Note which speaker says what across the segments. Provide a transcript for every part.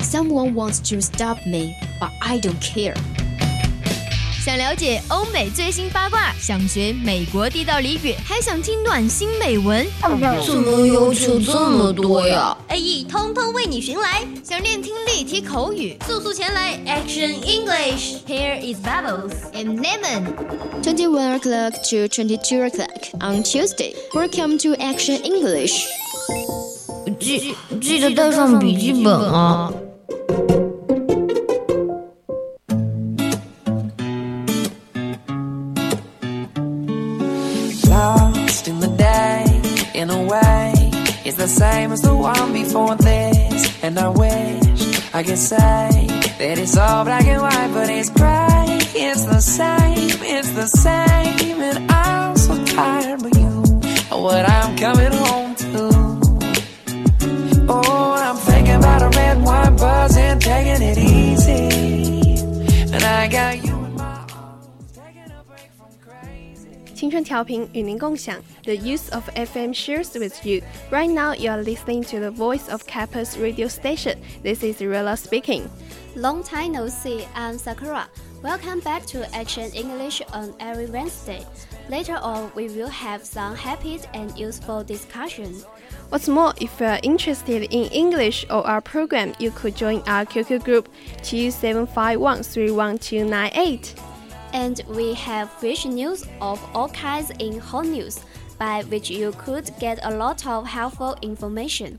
Speaker 1: Someone wants to stop me, but I don't care.
Speaker 2: 想了解欧美最新八卦，想学美国地道俚语，还想听暖心美文，
Speaker 3: 怎么要求这么多呀？
Speaker 2: 哎，E 通通为你寻来。想练听力、提口语，速速前来 Action English。Here is Bubbles and Lemon。
Speaker 1: 21 o'clock to 22 o'clock on Tuesday. Welcome to Action English.
Speaker 3: 记记得带上笔记本啊！
Speaker 4: Lost in the day, in a way, it's the same as the one before this. And I wish I could say that it's all black and white, but it's gray. It's the same, it's the same. And I'm so tired of you, and what I'm coming home to. Oh, I'm thinking about a red wine buzz and taking it easy. And I got you in my arms, taking a break from crazy.
Speaker 5: 青春调频与您共享，The Youth of FM shares with you. Right now, you are listening to the voice of campus radio station. This is Rilla speaking.
Speaker 6: Long time no see, I'm Sakura. Welcome back to Action English on every Wednesday. Later on, we will have some happy and useful discussion.
Speaker 5: What's more, if you are interested in English or our program, you could join our QQ group 27513128.
Speaker 6: And we have rich news of all kinds in Hot News, by which you could get a lot of helpful information.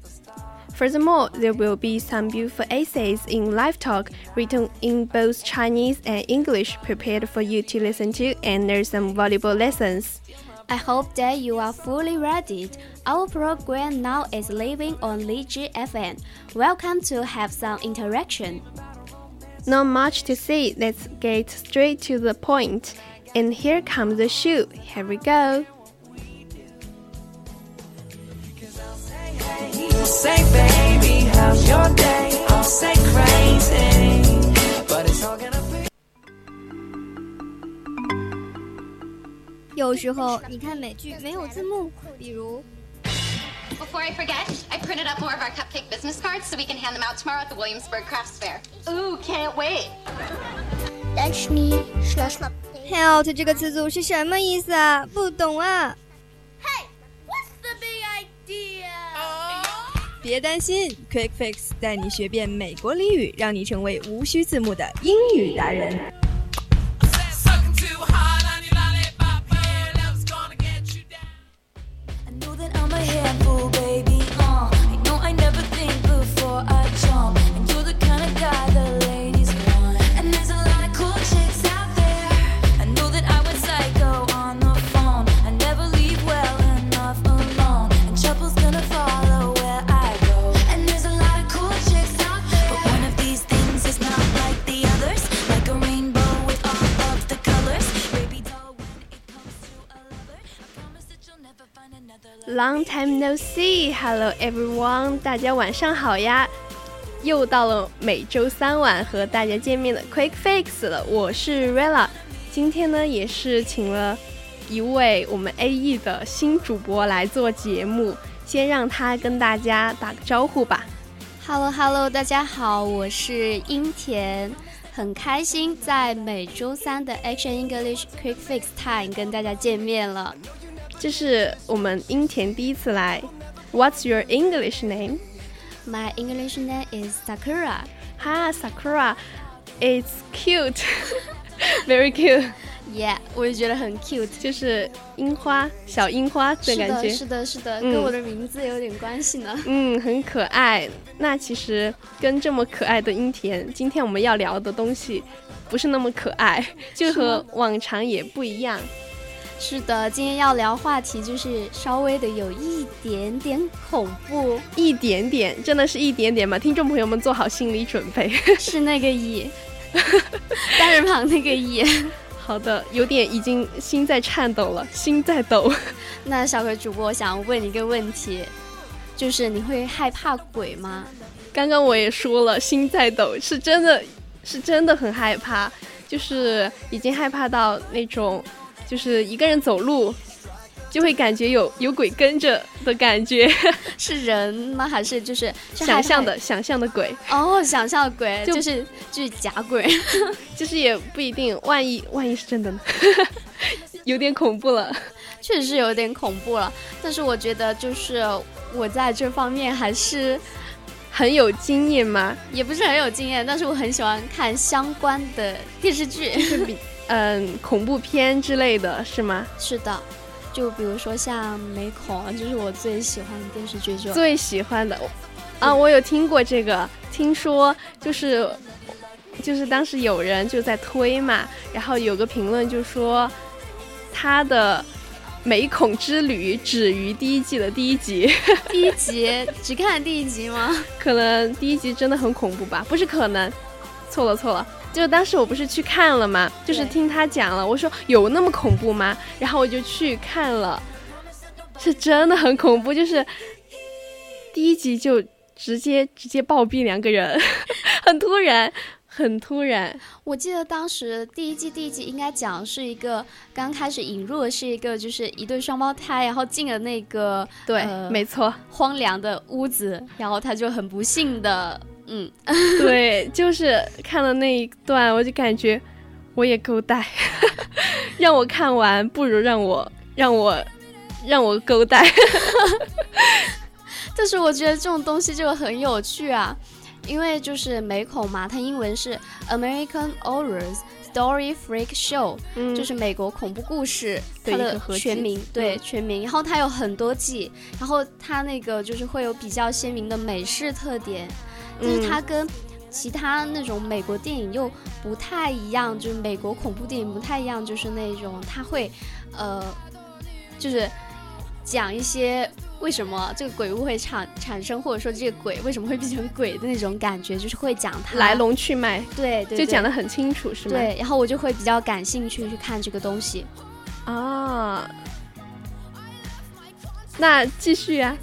Speaker 5: Furthermore, there will be some beautiful essays in live talk written in both Chinese and English prepared for you to listen to and learn some valuable lessons.
Speaker 6: I hope that you are fully ready. Our program now is living on Liji FM. Welcome to have some interaction.
Speaker 5: Not much to say, let's get straight to the point. And here comes the shoe. Here we go.
Speaker 4: Say, baby, how's your day? I'll say crazy, but it's all gonna be.
Speaker 2: 有时候你看美剧没有字幕，比如
Speaker 7: Before I forget, I printed up more of our cupcake business cards so we can hand them out tomorrow at the Williamsburg Crafts Fair. Ooh, can't wait.
Speaker 8: That's me, slash my
Speaker 2: “help” 这个词组是什么意思啊？不懂啊！
Speaker 9: 别担心，Quick Fix 带你学遍美国俚语，让你成为无需字幕的英语达人。
Speaker 4: Sucking too hard on your lollipop, your love's gonna get you down.
Speaker 10: I know that I'm a handful, baby. Uh, I know I never think before I jump. And you're the kind of guy the ladies want. And there's a lot of cool chicks out there. I know that I went psycho on the phone. I never leave well enough alone. And trouble's gonna follow where I go. And there's a lot of cool chicks out there. But one of these things is not like the others. Like a rainbow with all of the colors. Baby doll, when it comes to a lover, I promise that you'll never find another like
Speaker 5: Long time no see, hello everyone，大家晚上好呀！又到了每周三晚和大家见面的 Quick Fix 了，我是 Rella。今天呢，也是请了一位我们 AE 的新主播来做节目，先让他跟大家打个招呼吧。
Speaker 6: Hello Hello，大家好，我是樱田，很开心在每周三的 Action English Quick Fix Time 跟大家见面了。
Speaker 5: 这是我们樱田第一次来。What's your English name?
Speaker 6: My English name is Sakura.
Speaker 5: Ha, Sakura. It's cute. Very cute.
Speaker 6: Yeah，我也觉得很 cute。
Speaker 5: 就是樱花，小樱花的
Speaker 6: 是
Speaker 5: 感
Speaker 6: 的，
Speaker 5: 觉。
Speaker 6: 是的，是的，
Speaker 5: 嗯
Speaker 6: 跟我的名字有点关系呢。
Speaker 5: 嗯，很可爱。那其实跟这么可爱的樱田，今天我们要聊的东西不是那么可爱，就和往常也不一样。
Speaker 6: 是的，今天要聊话题就是稍微的有一点点恐怖，
Speaker 5: 一点点，真的是一点点吧。听众朋友们做好心理准备。
Speaker 6: 是那个 乙，单人旁那个乙。
Speaker 5: 好的，有点已经心在颤抖了，心在抖。
Speaker 6: 那小鬼主播，我想问一个问题，就是你会害怕鬼吗？
Speaker 5: 刚刚我也说了，心在抖，是真的，是真的很害怕，就是已经害怕到那种，就是一个人走路，就会感觉有有鬼跟着的感 觉。
Speaker 6: 是人吗？还是就是是害怕
Speaker 5: 想象的想象的鬼，
Speaker 6: 哦，想象鬼
Speaker 5: 就
Speaker 6: 就是就是假鬼，
Speaker 5: 就是也不一定，万一万一是真的呢？ 有点恐怖了。
Speaker 6: 确实是有点恐怖了。但是我觉得就是我在这方面还是
Speaker 5: 很有经验吗？
Speaker 6: 也不是很有经验，但是我很喜欢看相关的电视剧。
Speaker 5: 是比嗯恐怖片之类的是吗？
Speaker 6: 是的，就比如说像《美恐》，就是我最喜欢的电视剧就。
Speaker 5: 最喜欢的啊，我有听过这个，听说就是就是当时有人就在推嘛，然后有个评论就说他的美恐之旅止于第一季的第一集，
Speaker 6: 第一集只看第一集吗？
Speaker 5: 可能第一集真的很恐怖吧？不是可能，错了错了。就当时我不是去看了嘛，就是
Speaker 6: 对
Speaker 5: 听他讲了，我说有那么恐怖吗？然后我就去看了，是真的很恐怖，就是第一集就直接直接暴毙两个人， 很突然，很突然。
Speaker 6: 我记得当时第一季第一集应该讲是一个刚开始引入的是一个就是一对双胞胎，然后进了那个
Speaker 5: 对，
Speaker 6: 呃
Speaker 5: 没错，
Speaker 6: 荒凉的屋子，然后他就很不幸的，嗯，
Speaker 5: 对，就是看了那一段，我就感觉我也够带， 让我看完不如让我让我让我够带。
Speaker 6: 但是我觉得这种东西就很有趣啊，因为就是美恐嘛，它英文是 American Horrors Story Freak Show，、
Speaker 5: 嗯
Speaker 6: 就是美国恐怖故事
Speaker 5: 对
Speaker 6: 它
Speaker 5: 一
Speaker 6: 的
Speaker 5: 个合集
Speaker 6: 全名，嗯对全名。然后它有很多季，然后它那个就是会有比较鲜明的美式特点，就是它跟。其他那种美国电影又不太一样，就是美国恐怖电影不太一样，就是那种它会，呃，就是讲一些为什么这个鬼屋会产产生，或者说这个鬼为什么会变成鬼的那种感觉，就是会讲它
Speaker 5: 来，龙去脉
Speaker 6: 对对，
Speaker 5: 就讲
Speaker 6: 的
Speaker 5: 得很清楚，是吗？
Speaker 6: 对，然后我就会比较感兴趣去看这个东西。
Speaker 5: 啊，那继续啊，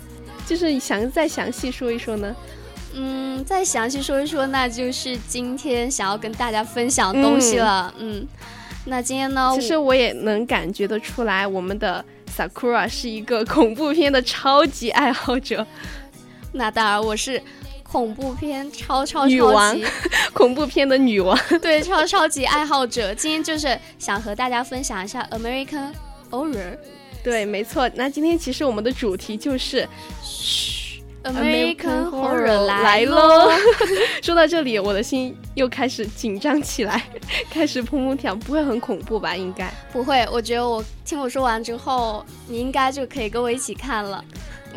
Speaker 5: 就是想再详细说一说呢。
Speaker 6: 嗯，再详细说一说，那就是今天想要跟大家分享的东西了。嗯那今天呢，
Speaker 5: 其实
Speaker 6: 我
Speaker 5: 我也能感觉得出来，我们的 Sakura 是一个恐怖片的超级爱好者，
Speaker 6: 那当然我是恐怖片超超
Speaker 5: 女
Speaker 6: 超
Speaker 5: 王
Speaker 6: 级。
Speaker 5: 恐怖片的女王。
Speaker 6: 对，超超级爱好者，今天就是想和大家分享一下 American Horror
Speaker 5: 对，没错。那今天其实我们的主题就是。
Speaker 6: American Horror
Speaker 5: 来
Speaker 6: 来
Speaker 5: 喽
Speaker 6: 喽！
Speaker 5: 说到这里，我的心又开始紧张起来， 开始砰砰跳，不会很恐怖吧？应该，
Speaker 6: 不会，我觉得我听我说完之后，你应该就可以跟我一起看了。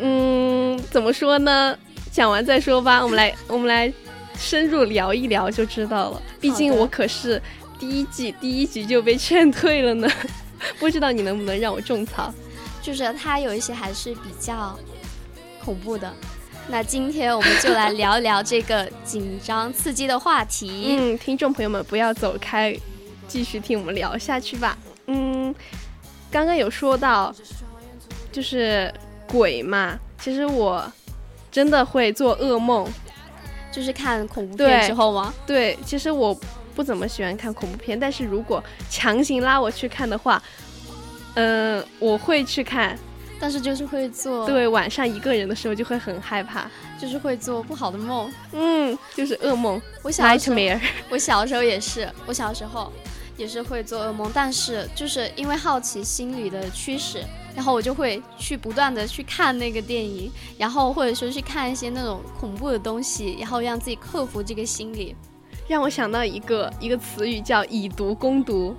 Speaker 5: 嗯，怎么说呢？讲完再说吧。我们来， 我们来深入聊一聊就知道了。毕竟
Speaker 6: 好的
Speaker 5: 我可是第一季第一集就被劝退了呢， 不知道你能不能让我种草？
Speaker 6: 就是它有一些还是比较恐怖的。那今天我们就来聊一聊这个紧张刺激的话题。
Speaker 5: 嗯，听众朋友们不要走开，继续听我们聊下去吧。嗯，刚刚有说到，就是鬼嘛，其实我真的会做噩梦。
Speaker 6: 就是看恐怖
Speaker 5: 对
Speaker 6: 片之后吗？
Speaker 5: 对，其实我不怎么喜欢看恐怖片，但是如果强行拉我去看的话，嗯、我会去看。
Speaker 6: 但是就是会做，，
Speaker 5: 对，晚上一个人的时候就会很害怕，
Speaker 6: 就是会做不好的梦。
Speaker 5: 嗯，就是噩梦
Speaker 6: 我小时候，
Speaker 5: ，nightmare。
Speaker 6: 我小时候也是，我小时候也是会做噩梦，但是就是因为好奇心理的驱使，然后我就会去不断的去看那个电影，然后或者说去看一些那种恐怖的东西，然后让自己克服这个心理。
Speaker 5: 让我想到一个一个词语叫以毒攻毒，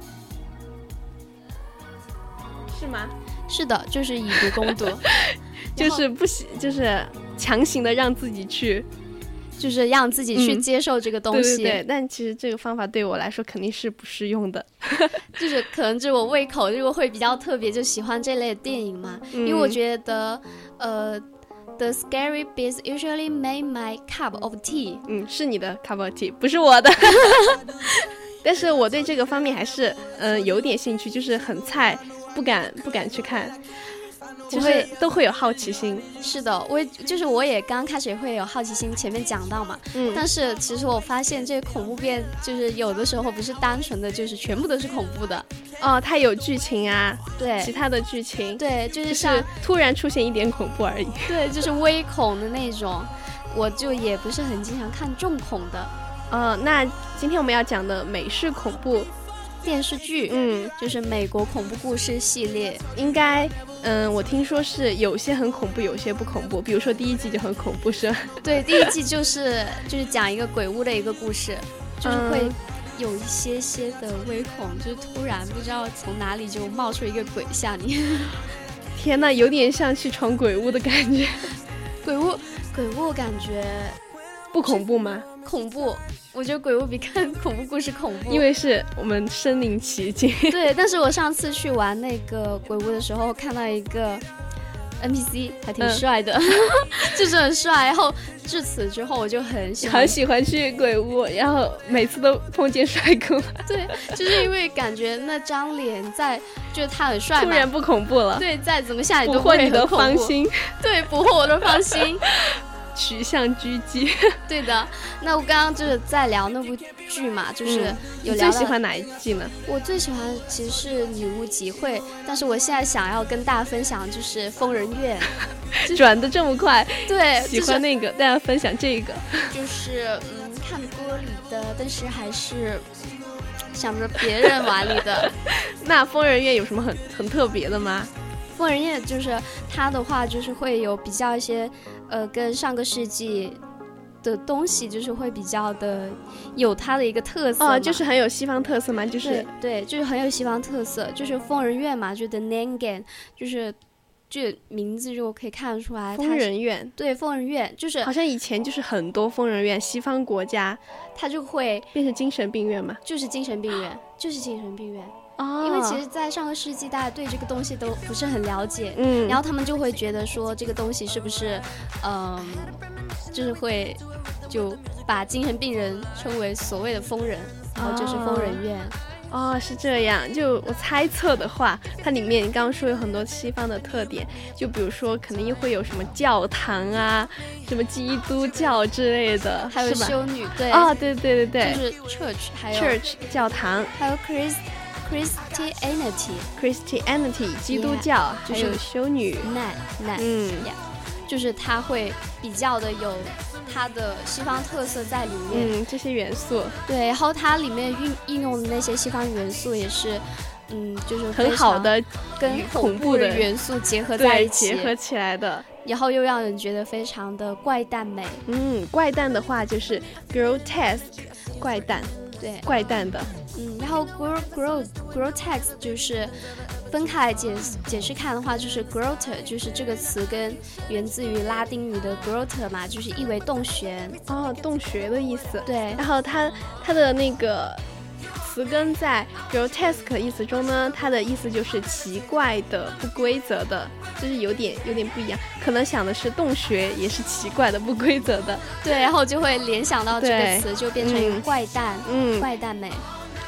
Speaker 5: 是吗？
Speaker 6: 是的，就是以毒攻毒，
Speaker 5: 就
Speaker 6: 然后
Speaker 5: 是不喜，就是强行的让自己去，
Speaker 6: 就是让自己去
Speaker 5: 嗯
Speaker 6: 接受这个东
Speaker 5: 对
Speaker 6: 西，
Speaker 5: 对对。但其实这个方法对我来说肯定是不适用的。
Speaker 6: 就是可能就是我胃口就会比较特别，就喜欢这类的电影嘛，
Speaker 5: 嗯
Speaker 6: 因为我觉得，呃。The scary bits usually make my cup of tea。
Speaker 5: 嗯，是你的 cup of tea，不是我的。 但是我对这个方面还是嗯、呃有点兴趣，就是很菜，不敢不敢去看，就
Speaker 6: 我
Speaker 5: 是
Speaker 6: 会
Speaker 5: 都会有好奇心。
Speaker 6: 是的，我也就是我也刚开始也会有好奇心，前面讲到嘛。
Speaker 5: 嗯
Speaker 6: 但是其实我发现这个恐怖片就是有的时候不是单纯的就是全部都是恐怖的，
Speaker 5: 哦，它有剧情啊，
Speaker 6: 对
Speaker 5: 其他的剧情，
Speaker 6: 对，
Speaker 5: 就
Speaker 6: 就
Speaker 5: 是是
Speaker 6: 像
Speaker 5: 突然出现一点恐怖而已。
Speaker 6: 对，就是微恐的那种，我就也不是很经常看重恐的
Speaker 5: 呃，那今天我们要讲的美式恐怖
Speaker 6: 电视剧，
Speaker 5: 嗯，
Speaker 6: 就是美国恐怖故事系列，
Speaker 5: 应该，嗯，我听说是有些很恐怖，有些不恐怖。比如说第一季就很恐怖，是吧？
Speaker 6: 对，第一季就是就是讲一个鬼屋的一个故事，就是会
Speaker 5: 嗯
Speaker 6: 有一些些的微恐，就是突然不知道从哪里就冒出一个鬼吓你。
Speaker 5: 天呐，有点像去闯鬼屋的感 觉，
Speaker 6: 鬼屋，鬼屋感觉
Speaker 5: 不恐怖吗？
Speaker 6: 恐怖，我觉得鬼屋比看恐怖故事恐怖，
Speaker 5: 因为是我们身临其 境。
Speaker 6: 对，但是我上次去玩那个鬼屋的时候，看到一个 NPC 还挺
Speaker 5: 嗯
Speaker 6: 帅的， 就是很帅。然后至此之后，我就 很喜欢
Speaker 5: 很，喜欢去鬼屋，然后每次都碰见帅 哥，
Speaker 6: 对，就是因为感觉那张脸在，就是他很帅
Speaker 5: 突然
Speaker 6: 嘛。
Speaker 5: 不恐怖了，
Speaker 6: 对，再怎么吓你
Speaker 5: 捕
Speaker 6: 都不
Speaker 5: 获
Speaker 6: 会
Speaker 5: 你
Speaker 6: 很
Speaker 5: 的
Speaker 6: 恐怖
Speaker 5: 芳，心，
Speaker 6: 对，捕获我的芳心，
Speaker 5: 取向狙 击。
Speaker 6: 对的。那我刚刚就是在聊那部剧嘛，就是
Speaker 5: 嗯
Speaker 6: 有
Speaker 5: 你最
Speaker 6: 聊到
Speaker 5: 喜欢哪一季呢？
Speaker 6: 我最喜欢其实是女巫集会，但是我现在想要跟大家分享就是疯人 院，
Speaker 5: 转的这么快，
Speaker 6: 对，
Speaker 5: 喜
Speaker 6: 就是
Speaker 5: 欢那个，大家分享这个。
Speaker 6: 就是嗯，看锅里的，但是还是想着别 人碗里的。
Speaker 5: 那疯人院有什么很很特别的吗？
Speaker 6: 疯人院就是它的话，就是会有比较一些呃，跟上个世纪的东西，就是会比较的有它的一个特色嘛。
Speaker 5: 哦，就是很有西方特色嘛，就是
Speaker 6: 对对，就是很有西方特色，就是疯人院嘛，就是 The Nangan，就是这名字就可以看得出来它是，
Speaker 5: 疯人院。
Speaker 6: 对疯人院，就是
Speaker 5: 好像以前就是很多疯人院，西方国家
Speaker 6: 它就会
Speaker 5: 变成精神病院嘛。
Speaker 6: 就是精神病院，就是精神病院。
Speaker 5: 哦
Speaker 6: 因为其实，在上个世纪，大家对这个东西都不是很了解，
Speaker 5: 嗯，
Speaker 6: 然后他们就会觉得说，这个东西是不是，嗯，就是会就把精神病人称为所谓的疯人，然后就是疯人院。
Speaker 5: 哦是这样，就我猜测的话，它里面你刚刚说有很多西方的特点，就比如说肯定会有什么教堂啊，什么基督教之类的，
Speaker 6: 还有
Speaker 5: 是吧
Speaker 6: 修女，对，
Speaker 5: 哦，对对对对、
Speaker 6: 就是 church，还有
Speaker 5: c h u r c h 教堂
Speaker 6: 还有 Chris Christianity
Speaker 5: ，Christianity 基督教，
Speaker 6: 就
Speaker 5: 还
Speaker 6: 是
Speaker 5: 有修女，
Speaker 6: 那那
Speaker 5: 嗯
Speaker 6: 呀，就是它会比较的有它的西方特色在里面。
Speaker 5: 嗯，这些元素
Speaker 6: 对，然后它里面运应用的那些西方元素也是，嗯，就是非
Speaker 5: 很好
Speaker 6: 常
Speaker 5: 的
Speaker 6: 跟
Speaker 5: 恐
Speaker 6: 怖
Speaker 5: 怖的
Speaker 6: 元素结合在
Speaker 5: 对
Speaker 6: 一起
Speaker 5: 结，合起来的。
Speaker 6: 然后又让人觉得非常的怪诞美。
Speaker 5: 嗯，怪诞的话就是 grotesque，怪诞，
Speaker 6: 对，
Speaker 5: 怪诞的。
Speaker 6: 嗯，然后 grow grow grow text 就是分开来解解释看的话，就是 grot 就是这个词根源自于拉丁语的 grot 嘛，就是意为洞穴。
Speaker 5: 哦，洞穴的意思。
Speaker 6: 对
Speaker 5: 然后它它的那个词根在 grotesque 意思中呢，它的意思就是奇怪的、不规则的，就是有点有点不一样。可能想的是洞穴也是奇怪的、不规则的。
Speaker 6: 对，然后就会联想到这个
Speaker 5: 对
Speaker 6: 词，就变成一个
Speaker 5: 嗯
Speaker 6: 怪诞、
Speaker 5: 嗯，
Speaker 6: 怪诞美。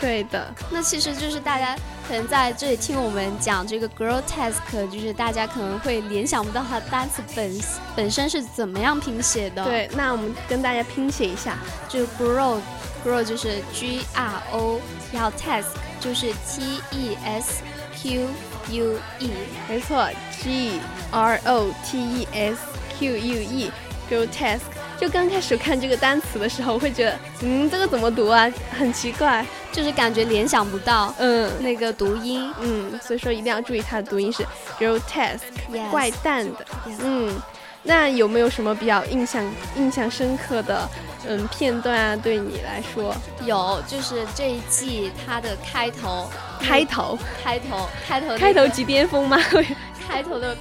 Speaker 5: 对的。
Speaker 6: 那其实就是大家可能在这里听我们讲这个 grotesque，就是大家可能会联想不到它单词本本身是怎么样拼写的。，
Speaker 5: 对，那我们跟大家拼写一下。
Speaker 6: 就是 grow grow 就是 g r o，然后 task 就是 t e s q u e。
Speaker 5: 没错，G R O T E S Q U E grotesque。就刚开始看这个单词的时候，会觉得，嗯，这个怎么读啊？很奇怪，
Speaker 6: 就是感觉联想不到呃
Speaker 5: 嗯
Speaker 6: 那个读音。
Speaker 5: 嗯，所以说一定要注意它的读音是 grotesque，、
Speaker 6: Yes
Speaker 5: 怪诞的。
Speaker 6: Yes
Speaker 5: 嗯，那有没有什么比较印象印象深刻的嗯片段啊？对你来说，
Speaker 6: 有，就是这一季它的开头，
Speaker 5: 开头
Speaker 6: 开头开头那
Speaker 5: 开头
Speaker 6: 个
Speaker 5: 即巅峰吗？
Speaker 6: 开头的，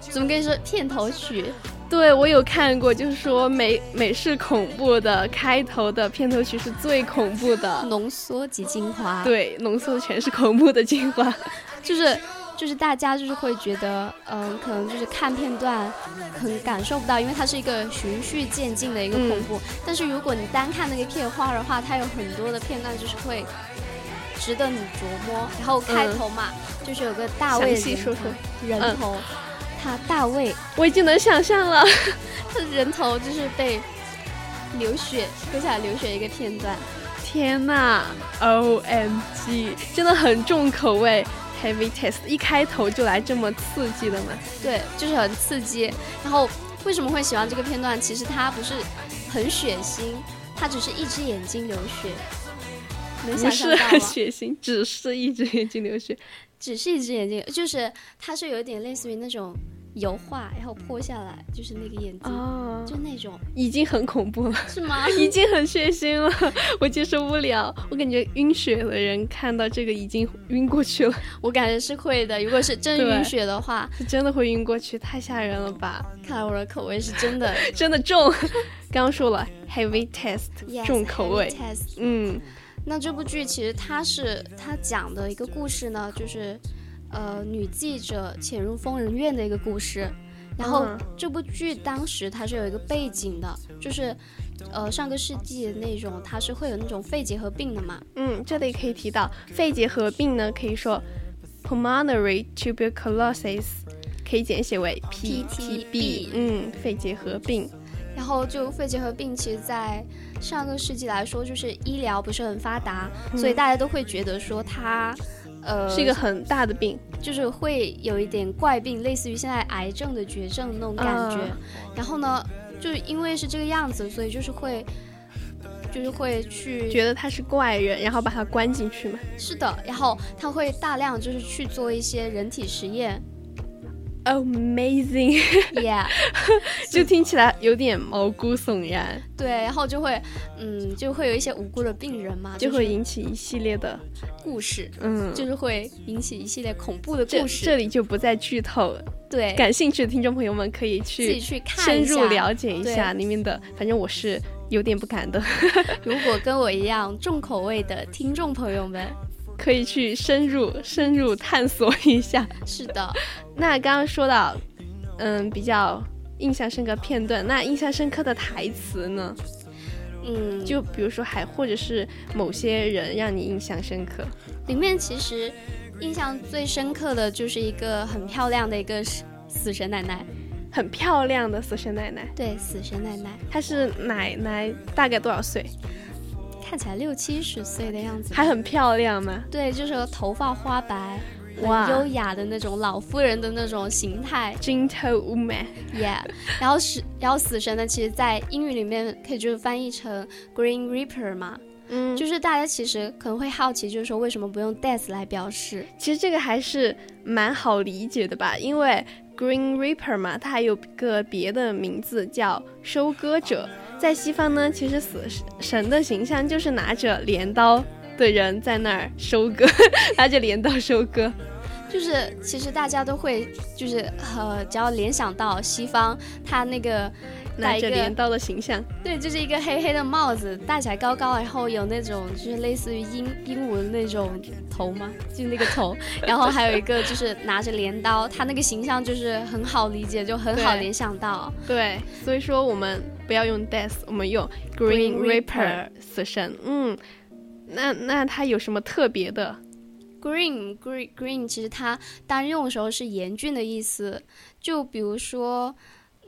Speaker 6: 怎么跟你说片头曲？
Speaker 5: 对，我有看过，就是说美美式恐怖的开头的片头曲是最恐怖的。
Speaker 6: 浓缩及精华，，
Speaker 5: 对，浓缩全是恐怖的精华。
Speaker 6: 就是就是大家就是会觉得，嗯，可能就是看片段很感受不到，因为它是一个循序渐进的一个恐怖。
Speaker 5: 嗯
Speaker 6: 但是如果你单看那个片花的话，它有很多的片段就是会值得你琢磨。然后开头嘛，就是有个大卫
Speaker 5: 嗯详细
Speaker 6: 人
Speaker 5: 说嗯说
Speaker 6: 头人头，他大卫
Speaker 5: 我已经能想象了，
Speaker 6: 他的人头就是被流血割下来流血一个片段。
Speaker 5: 天呐 o M G，真的很重口味。Heavy Taste 一开头就来这么刺激的吗？
Speaker 6: 对，就是很刺激。然后为什么会喜欢这个片段？其实它不是很血腥，它只是一只眼睛流血，能
Speaker 5: 不
Speaker 6: 想象
Speaker 5: 是
Speaker 6: 到
Speaker 5: 很
Speaker 6: 吗？
Speaker 5: 血腥，只是一只眼睛流血。
Speaker 6: 只是一只眼睛，就是它是有点类似于那种油画，然后泼下来，就是那个眼睛，
Speaker 5: 哦
Speaker 6: 就那种
Speaker 5: 已经很恐怖 了，
Speaker 6: 是吗
Speaker 5: 已经很血腥了，我接受不了。我感觉晕血的人看到这个已经晕过去了，
Speaker 6: 我感觉是会的。如果是真
Speaker 5: 对
Speaker 6: 晕血的话，
Speaker 5: 是真的会晕过去，太吓人了吧？
Speaker 6: 看来我的口味是真的
Speaker 5: 真的重。刚刚说了 heavy test
Speaker 6: Yes，
Speaker 5: 重口味
Speaker 6: heavy test
Speaker 5: 嗯，
Speaker 6: 那这部剧其实它是它讲的一个故事呢，就是呃女记者潜入疯人院的一个故事。然后
Speaker 5: 嗯
Speaker 6: 这部剧当时它是有一个背景的，就是呃上个世纪那种它是会有那种肺结核病的嘛。
Speaker 5: 嗯，这里可以提到肺结核病呢，可以说 pulmonary tuberculosis，可以简写为 PTB。嗯，肺结核病。
Speaker 6: 然后就肺结核病，其实，在上个世纪来说，就是医疗不是很发达，
Speaker 5: 嗯
Speaker 6: 所以大家都会觉得说它，呃，
Speaker 5: 是一个很大的病，
Speaker 6: 就是会有一点怪病，类似于现在癌症的绝症那种感觉。
Speaker 5: 嗯
Speaker 6: 然后呢，就是因为是这个样子，所以就是会，就是会去
Speaker 5: 觉得他是怪人，然后把他关进去嘛。
Speaker 6: 是的，然后他会大量就是去做一些人体 实验
Speaker 5: Amazing，
Speaker 6: ，yeah，
Speaker 5: 就听起来有点毛骨悚然，
Speaker 6: 对，然后就会，嗯，就会有一些无辜的病人嘛，
Speaker 5: 就是会引起一系列的
Speaker 6: 故事，
Speaker 5: 嗯
Speaker 6: 就是会引起一系列恐怖的
Speaker 5: 这
Speaker 6: 故事。
Speaker 5: 这里就不再剧透了。
Speaker 6: 对
Speaker 5: 感兴趣的听众朋友们可以去
Speaker 6: 自己去看
Speaker 5: 深
Speaker 6: 一
Speaker 5: 入
Speaker 6: 下
Speaker 5: 了解一
Speaker 6: 对
Speaker 5: 下里面的，反正我是有点不敢的，
Speaker 6: 如果跟我一样重口味的听众朋友们，
Speaker 5: 可以去深入深入探索一下。
Speaker 6: 是的，
Speaker 5: 那刚刚说到，嗯，比较印象深刻片段，那印象深刻的台词呢？
Speaker 6: 嗯，
Speaker 5: 就比如说还或者是某些人让你印象深刻，
Speaker 6: 里面其实印象最深刻的就是一个很漂亮的一个死死神奶奶，
Speaker 5: 很漂亮的死神奶奶，
Speaker 6: 对，死神奶奶
Speaker 5: 她是奶奶，大概多少岁？
Speaker 6: 看起来六七十岁的样子，
Speaker 5: 还很漂亮吗？
Speaker 6: 对，就是头发花白，
Speaker 5: 哇
Speaker 6: 很优雅的那种老妇人的那种形态
Speaker 5: Gentle woman，
Speaker 6: ，yeah。然后是，然后死神呢，其实在英语里面可以就是翻译成 Green Reaper 嘛，
Speaker 5: 嗯，
Speaker 6: 就是大家其实可能会好奇，就是说为什么不用 death 来表示？
Speaker 5: 其实这个还是蛮好理解的吧，因为 Green Reaper 嘛，它还有个别的名字叫收割者。在西方呢，其实死神的形象就是拿着镰刀的人在那儿收割， 拿着镰刀收割。
Speaker 6: 就是其实大家都会，就是呃，只要联想到西方，他那个
Speaker 5: 拿
Speaker 6: 戴一
Speaker 5: 着
Speaker 6: 个
Speaker 5: 镰刀的形象，
Speaker 6: 对，就是一个黑黑的帽子，戴起来高高，然后有那种就是类似于鹦鹦鹉的那种头吗？就那个头，然后还有一个就是拿着镰刀，他那个形象就是很好理解，就很好
Speaker 5: 对
Speaker 6: 联想到。
Speaker 5: 对，所以说我们不要用 death，我们用 Green
Speaker 6: Green
Speaker 5: Reaper 死神。嗯，那那它有什么特别的？
Speaker 6: Green green green，其实它单用的时候是严峻的意思。就比如说，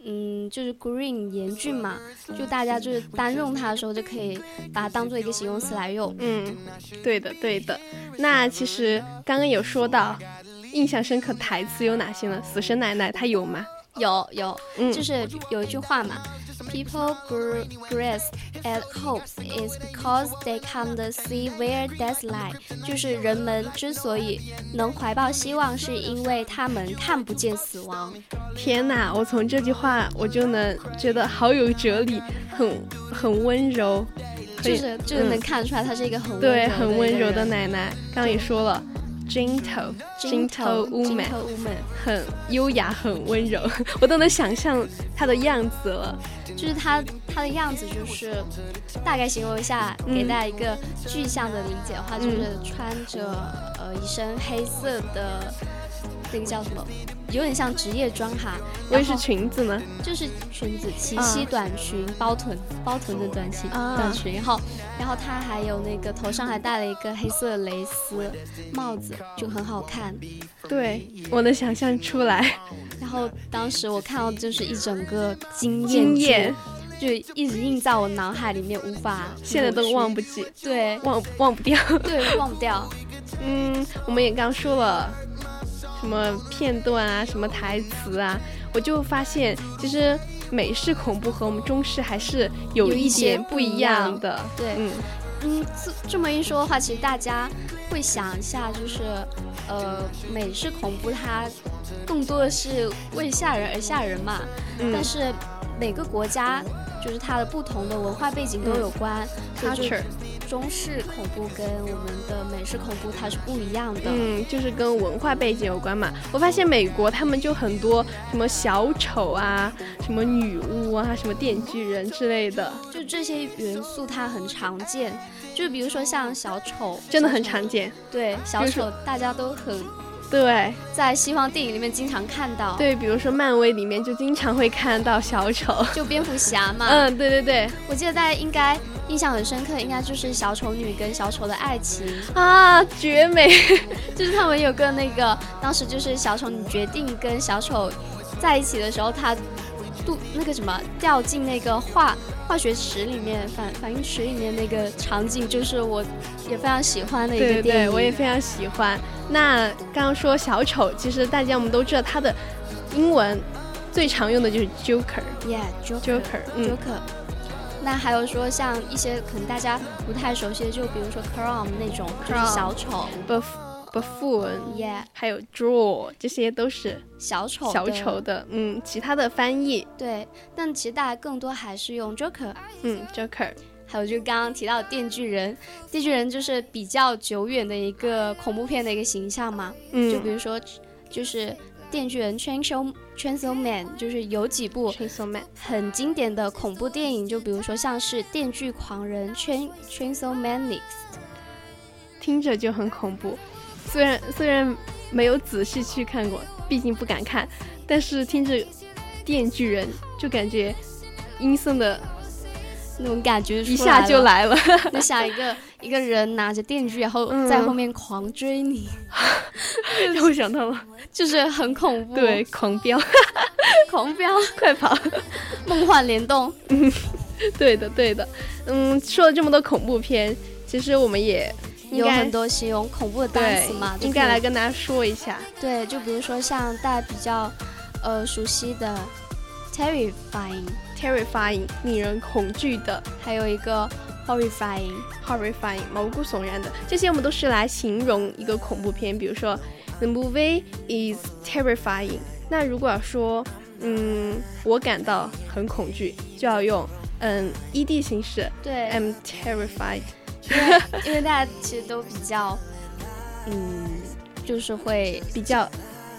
Speaker 6: 嗯，就是 green 严峻嘛，就大家就是单用它的时候就可以把它当做一个形容词来用。
Speaker 5: 嗯，对的，对的。那其实刚刚有说到，印象深刻台词有哪些呢？死神奶奶她有吗？
Speaker 6: 有有，
Speaker 5: 嗯
Speaker 6: 就是有一句话嘛，People grew grace at hopes is because they can't see where death lie，就是人们之所以能怀抱希望，是因为他们看不见死亡。
Speaker 5: 天哪，我从这句话我就能觉得好有哲理，很很温柔，可
Speaker 6: 就
Speaker 5: 以
Speaker 6: 是就是能、看出来，她是一个很
Speaker 5: 嗯
Speaker 6: 温
Speaker 5: 对
Speaker 6: 柔的
Speaker 5: 很
Speaker 6: 一
Speaker 5: 温
Speaker 6: 个
Speaker 5: 柔的
Speaker 6: 人
Speaker 5: 奶奶。刚刚也说了，gentle gentle woman，
Speaker 6: gentle woman，
Speaker 5: 很优雅，很温柔， 我都能想象她的样子了。
Speaker 6: 就是她她的样子，就是大概形容一下，
Speaker 5: 嗯
Speaker 6: 给大家一个具象的理解的话，
Speaker 5: 嗯
Speaker 6: 就是穿着呃一身黑色的那个叫什么，有点像职业装哈，
Speaker 5: 我也
Speaker 6: 然
Speaker 5: 是
Speaker 6: 后
Speaker 5: 裙子呢，
Speaker 6: 就是裙子齐
Speaker 5: 啊
Speaker 6: 膝短裙包臀包臀的短裙
Speaker 5: 啊
Speaker 6: 短裙，然后然后她还有那个头上还戴了一个黑色的蕾丝帽子，就很好看。
Speaker 5: 对我能想象出来，
Speaker 6: 然后当时我看到就是一整个惊艳
Speaker 5: 惊
Speaker 6: 住
Speaker 5: 艳。
Speaker 6: 就一直印在我脑海里面，无法
Speaker 5: 现在都
Speaker 6: 抹去
Speaker 5: 忘不记，
Speaker 6: 对，
Speaker 5: 忘忘不掉。
Speaker 6: 对，忘不掉。
Speaker 5: 嗯，我们也刚说了什么片段啊，什么台词啊，我就发现其实美式恐怖和我们中式还是有
Speaker 6: 有一些
Speaker 5: 点不
Speaker 6: 不一
Speaker 5: 一
Speaker 6: 样
Speaker 5: 样的。
Speaker 6: 对
Speaker 5: 嗯，
Speaker 6: 嗯，这这么一说的话，其实大家会想一下，就是呃，美式恐怖它更多的是为吓人而吓人嘛，
Speaker 5: 嗯
Speaker 6: 但是每个国家就是它的不同的文化背景都有关，所以就
Speaker 5: 嗯 Culture
Speaker 6: 中式恐怖跟我们的美式恐怖它是不一样的。
Speaker 5: 嗯，就是跟文化背景有关嘛。我发现美国他们就很多什么小丑啊，什么女巫啊，什么电锯人之类的，
Speaker 6: 就这些元素它很常见，就比如说像小丑，
Speaker 5: 真的很常见。
Speaker 6: 对
Speaker 5: 比
Speaker 6: 小
Speaker 5: 如说
Speaker 6: 丑大家都很
Speaker 5: 对
Speaker 6: 在西方电影里面经常看到，，
Speaker 5: 对，比如说漫威里面就经常会看到小丑。
Speaker 6: 就蝙蝠侠嘛，
Speaker 5: 嗯，对对对，
Speaker 6: 我记得大家应该印象很深刻，应该就是小丑女跟小丑的爱情，
Speaker 5: 啊，绝美。
Speaker 6: 就是他们有个那个，当时就是小丑女决定跟小丑在一起的时候，她度那个什么掉进那个化化学池里面，反反应池里面那个场景，就是我也非常喜欢的一
Speaker 5: 对
Speaker 6: 个
Speaker 5: 对对，
Speaker 6: 电影。
Speaker 5: 我也非常喜欢。那刚刚说小丑，其实大家我们都知道他的英文最常用的就是 Joker。
Speaker 6: Yeah，Joker。
Speaker 5: Joker，嗯
Speaker 6: Joker。那还有说像一些可能大家不太熟悉的，就比如说 Clown 那种，就是小丑。
Speaker 5: ，buff buffoon，
Speaker 6: Yeah，
Speaker 5: 还有 draw，这些都是
Speaker 6: 小丑。
Speaker 5: 小丑。的。嗯，其他的翻译，
Speaker 6: 对，但其实大家更多还是用 Joker，
Speaker 5: 嗯，Joker。
Speaker 6: 还有就刚刚提到的电锯人，电锯人就是比较久远的一个恐怖片的一个形象嘛。
Speaker 5: 嗯
Speaker 6: 就比如说，就是电锯人 Chainsaw Chainsaw Man，就是有几部
Speaker 5: Chainsaw Man，
Speaker 6: 很经典的恐怖电影，就比如说像是《电锯狂人》Chain Chainsaw Maniacs。
Speaker 5: 听着就很恐怖。虽然虽然没有仔细去看过，毕竟不敢看，但是听着电锯人就感觉阴森的
Speaker 6: 那种感觉
Speaker 5: 一
Speaker 6: 出来
Speaker 5: 下就
Speaker 6: 了。
Speaker 5: 来了。
Speaker 6: 你想一个一个人拿着电锯，然后
Speaker 5: 嗯
Speaker 6: 在后面狂 追你，
Speaker 5: 让我想到了，
Speaker 6: 就是很恐怖。
Speaker 5: 对，，狂 飙，
Speaker 6: 狂 飙、
Speaker 5: 快跑！
Speaker 6: 梦幻联动。
Speaker 5: 对的，对的。嗯，说了这么多恐怖片，其实我们也应
Speaker 6: 有
Speaker 5: 该
Speaker 6: 很多形容恐怖的单
Speaker 5: 对
Speaker 6: 词嘛，就
Speaker 5: 应
Speaker 6: 比
Speaker 5: 该
Speaker 6: 如
Speaker 5: 来跟大家说一下。
Speaker 6: 对，就比如说像大家比较呃熟悉的 terrifying，
Speaker 5: terrifying，令人恐惧的
Speaker 6: 还有一个 horrifying，
Speaker 5: ；horrifying，毛骨悚然的。这些我们都是来形容一个恐怖片，比如说 the movie is terrifying。那如果要说，嗯，我感到很恐惧，就要用嗯 ed 形式
Speaker 6: 对，
Speaker 5: ，I'm terrified。
Speaker 6: 因为大家其实都比较嗯，就是会
Speaker 5: 比较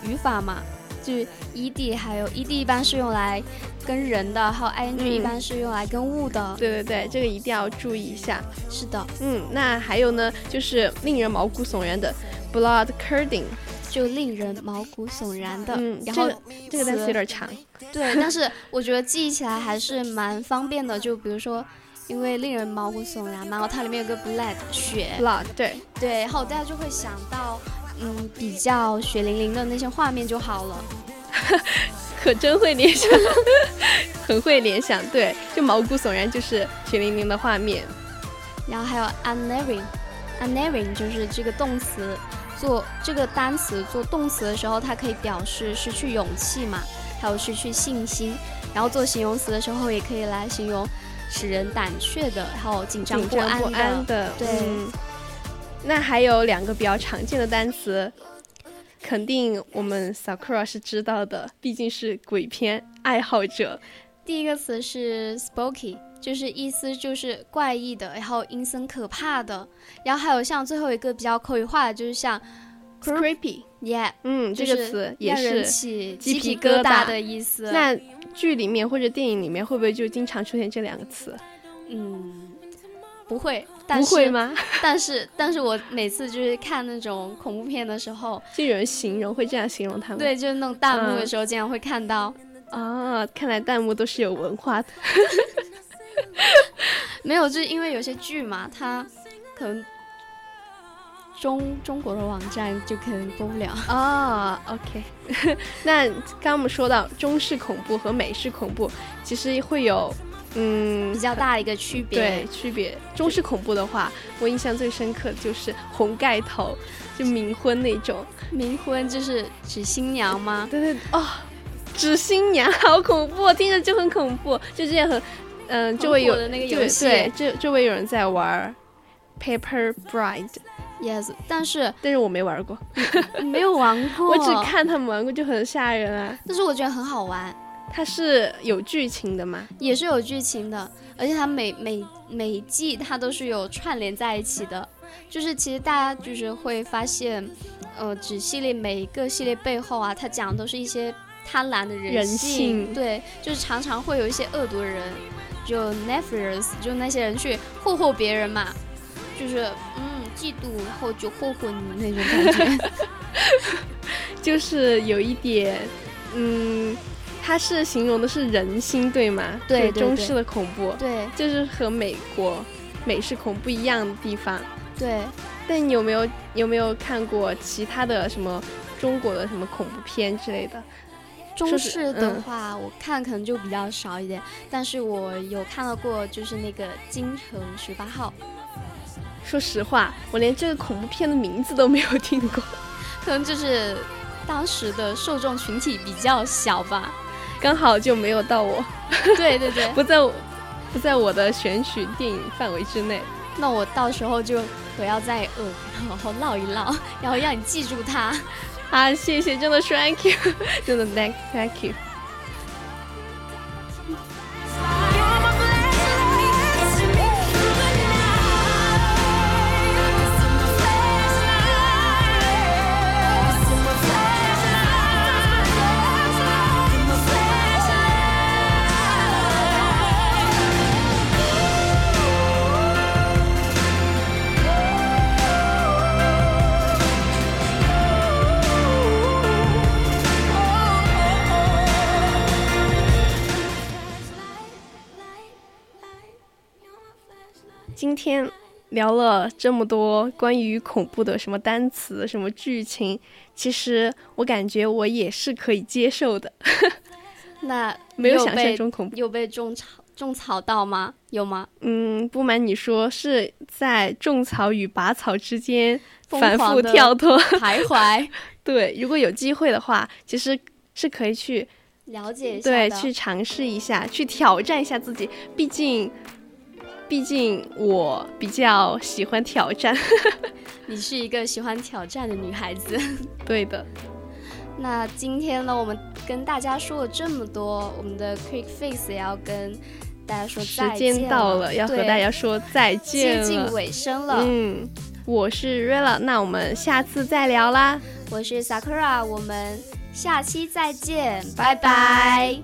Speaker 6: 语法嘛，就是 ed 还有 ed 一般是用来跟人的，还有 ing
Speaker 5: 嗯
Speaker 6: 一般是用来跟物的，
Speaker 5: 对对对，这个一定要注意一下。
Speaker 6: 是的，
Speaker 5: 嗯，那还有呢，就是令人毛骨悚然的 blood curdling。
Speaker 6: 就令人毛骨悚然的，
Speaker 5: 嗯，
Speaker 6: 然
Speaker 5: 这
Speaker 6: 后
Speaker 5: 个这个单词有点长。
Speaker 6: 对，但是我觉得记忆起来还是蛮方便的。就比如说，因为令人毛骨悚然嘛，然后它里面有个 blood 血，
Speaker 5: blood 对，
Speaker 6: 对，然后大家就会想到，嗯，比较血淋淋的那些画面就好了。
Speaker 5: 可真会联想，很会联想。对，就毛骨悚然就是血淋淋的画面。
Speaker 6: 然后还有 unnerving，unnerving 就是这个动词做这个单词做动词的时候，它可以表示失去勇气嘛，还有失去信心。然后做形容词的时候，也可以来形容使人胆怯的，还有紧张
Speaker 5: 紧
Speaker 6: 不
Speaker 5: 张
Speaker 6: 安
Speaker 5: 不安
Speaker 6: 的。
Speaker 5: 的，
Speaker 6: 对
Speaker 5: 嗯那还有两个比较常见的单词，肯定我们 Sakura 是知道的，毕竟是鬼片爱好者。
Speaker 6: 第一个词是 spooky，就是意思就是怪异的，然后阴森可怕的，然后还有像最后一个比较口语化的，就是像
Speaker 5: creepy，
Speaker 6: yeah，
Speaker 5: 嗯，这
Speaker 6: 就
Speaker 5: 个
Speaker 6: 是
Speaker 5: 词也
Speaker 6: 让人
Speaker 5: 是
Speaker 6: 起
Speaker 5: 鸡
Speaker 6: 鸡
Speaker 5: 皮
Speaker 6: 皮
Speaker 5: 疙
Speaker 6: 疙
Speaker 5: 瘩
Speaker 6: 瘩的意思。
Speaker 5: 那剧里面或者电影里面会不会就经常出现这两个词？
Speaker 6: 嗯，不会，但
Speaker 5: 不
Speaker 6: 是
Speaker 5: 会？ 吗？
Speaker 6: 但是但是我每次就是看那种恐怖片的时候，
Speaker 5: 就有人形容会这样形容他们。
Speaker 6: 对，就是那种弹幕的
Speaker 5: 嗯
Speaker 6: 时候，经常会看到。
Speaker 5: 啊，看来弹幕都是有文化 的。
Speaker 6: 没有，就是因为有些剧嘛，它可能中中国的网站就可能播不了。啊
Speaker 5: 哦，OK。那刚刚我们说到中式恐怖和美式恐怖，其实会有嗯，
Speaker 6: 比较大的一个区别。
Speaker 5: 对，区别。中式恐怖的话，我印象最深刻就是红盖头，就冥婚那种。
Speaker 6: 冥婚就是指新娘吗？
Speaker 5: 对对哦，指新娘好恐怖，听着就很恐怖。就之前很，嗯、就会有
Speaker 6: 很火的那个
Speaker 5: 就
Speaker 6: 游戏
Speaker 5: 对，就就会有人在玩 Paper Bride，
Speaker 6: Yes，但是
Speaker 5: 但是我没玩过，
Speaker 6: 没有玩过。
Speaker 5: 我只，看他们玩过就很吓人啊。
Speaker 6: 但是我觉得很好玩，
Speaker 5: 它是有剧情的吗？
Speaker 6: 也是有剧情的，而且它每每每一季它都是有串联在一起的。就是其实大家就是会发现，呃，纸系列每一个系列背后啊，它讲的都是一些贪婪的人
Speaker 5: 人
Speaker 6: 性
Speaker 5: 性
Speaker 6: 对，就是常常会有一些恶毒的人，就 nefarious，就那些人去霍霍别人嘛，就是嗯嫉妒，然后就霍霍你那种感觉。
Speaker 5: 就是有一点，嗯，它是形容的是人心，对吗？
Speaker 6: 对
Speaker 5: 就是
Speaker 6: 对
Speaker 5: 中
Speaker 6: 对
Speaker 5: 式的恐怖，
Speaker 6: 对
Speaker 5: 就是和美国美式恐怖一样的地方。
Speaker 6: 对，
Speaker 5: 但你有没有有没有看过其他的什么中国的什么恐怖片之类的？
Speaker 6: 中
Speaker 5: 说是
Speaker 6: 式的
Speaker 5: 嗯
Speaker 6: 话，我看可能就比较少一点，但是我有看到过，就是那个《京城十八号
Speaker 5: 说实话，我连这个恐怖片的名字都没有听过。》，
Speaker 6: 可能就是当时的受众群体比较小吧。
Speaker 5: 刚好就没有到我，
Speaker 6: 对对对，
Speaker 5: 不在我不在我的选取电影范围之内。
Speaker 6: 那我到时候就我要再呃，好好唠一唠，然后让你记住它。
Speaker 5: 啊，谢谢，真的 thank you，真的 thank thank you。今天聊了这么多关于恐怖的什么单词、什么剧情，其实我感觉我也是可以接受的。
Speaker 6: 那
Speaker 5: 没有
Speaker 6: 你
Speaker 5: 想象
Speaker 6: 被
Speaker 5: 中恐怖
Speaker 6: 有被种草种草到吗？有吗？
Speaker 5: 嗯，不瞒你说，是在种草与拔草之间
Speaker 6: 疯
Speaker 5: 反
Speaker 6: 狂
Speaker 5: 复
Speaker 6: 地
Speaker 5: 跳脱
Speaker 6: 徘徊，
Speaker 5: 对，如果有机会的话，其实是可以去
Speaker 6: 了解一下
Speaker 5: 对
Speaker 6: 的
Speaker 5: 去尝试一下，去挑战一下自己。毕竟，毕竟我比较喜欢挑战。
Speaker 6: 你是一个喜欢挑战的女孩子。
Speaker 5: 对的，
Speaker 6: 那今天呢，我们跟大家说了这么多，我们的 Quick Fix 也要跟大家说
Speaker 5: 时
Speaker 6: 再见
Speaker 5: 间到了，要和大家
Speaker 6: 说
Speaker 5: 说再见
Speaker 6: 接
Speaker 5: 了，
Speaker 6: 近尾声了。
Speaker 5: 嗯，我是 Rella，那我们下次再聊啦。
Speaker 6: 我是 Sakura，我们下期再见，拜拜